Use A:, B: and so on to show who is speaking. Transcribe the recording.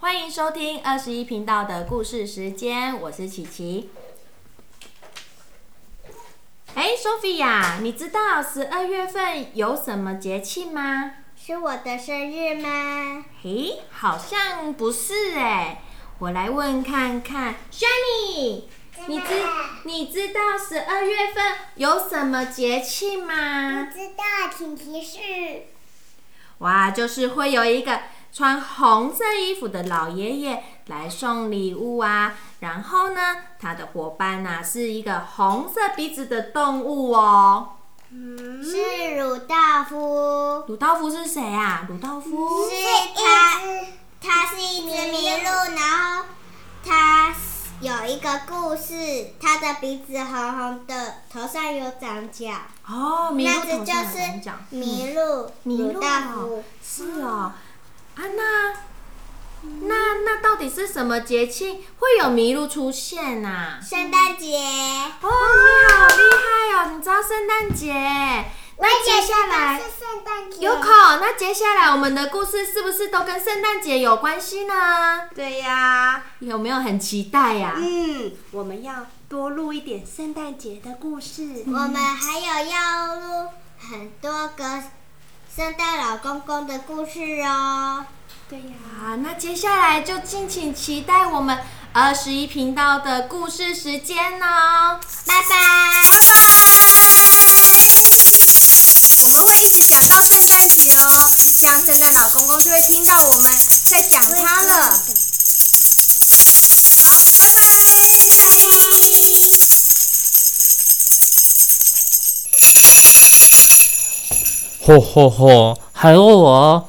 A: 欢迎收听二十一频道的故事时间，我是琪琪。哎，Sophia，你知道十二月份有什么节气吗？
B: 是我的生日吗？
A: 诶，好像不是哎，我来问看看，Shiny，你
B: 啊
A: 知你知道十二月份有什么节气吗？
B: 知道，请提示。
A: 哇，就是会有一个穿红色衣服的老爷爷来送礼物啊，然后呢，他的伙伴呐、是一个红色鼻子的动物哦。
B: 嗯是鲁道夫，
A: 鲁道夫是谁啊？鲁道夫
B: 是他，他是一只麋鹿，然后他有一个故事，他的鼻子红红的，头上有长角，
A: 哦，麋
B: 那
A: 鹿
B: 只
A: 头
B: 就
A: 上有长角
B: 是麋鹿，
A: 麋鹿
B: 鲁道
A: 哦
B: 夫。，
A: 是哦，啊那那那到底是什么节庆会有麋鹿出现呐、
B: 圣诞节，
A: 哦，你好厉害哦！你知道圣诞节？那接下来
B: 圣诞节
A: 有口，那接下来我们的故事是不是都跟圣诞节有关系呢？
C: 对呀、
A: 有没有很期待呀、
B: 嗯，
C: 我们要多录一点圣诞节的故事。
B: 我们还有要录很多个圣诞老公公的故事哦。
C: 对呀、
A: 啊，那接下来就敬请期待我们二十一频道的故事时间哦。
B: 拜拜。
C: 我们会一直讲到圣诞节哦，这样圣诞老公公就会听到嗯我们在讲他了。好，拜拜。
D: 吼吼吼，还有我，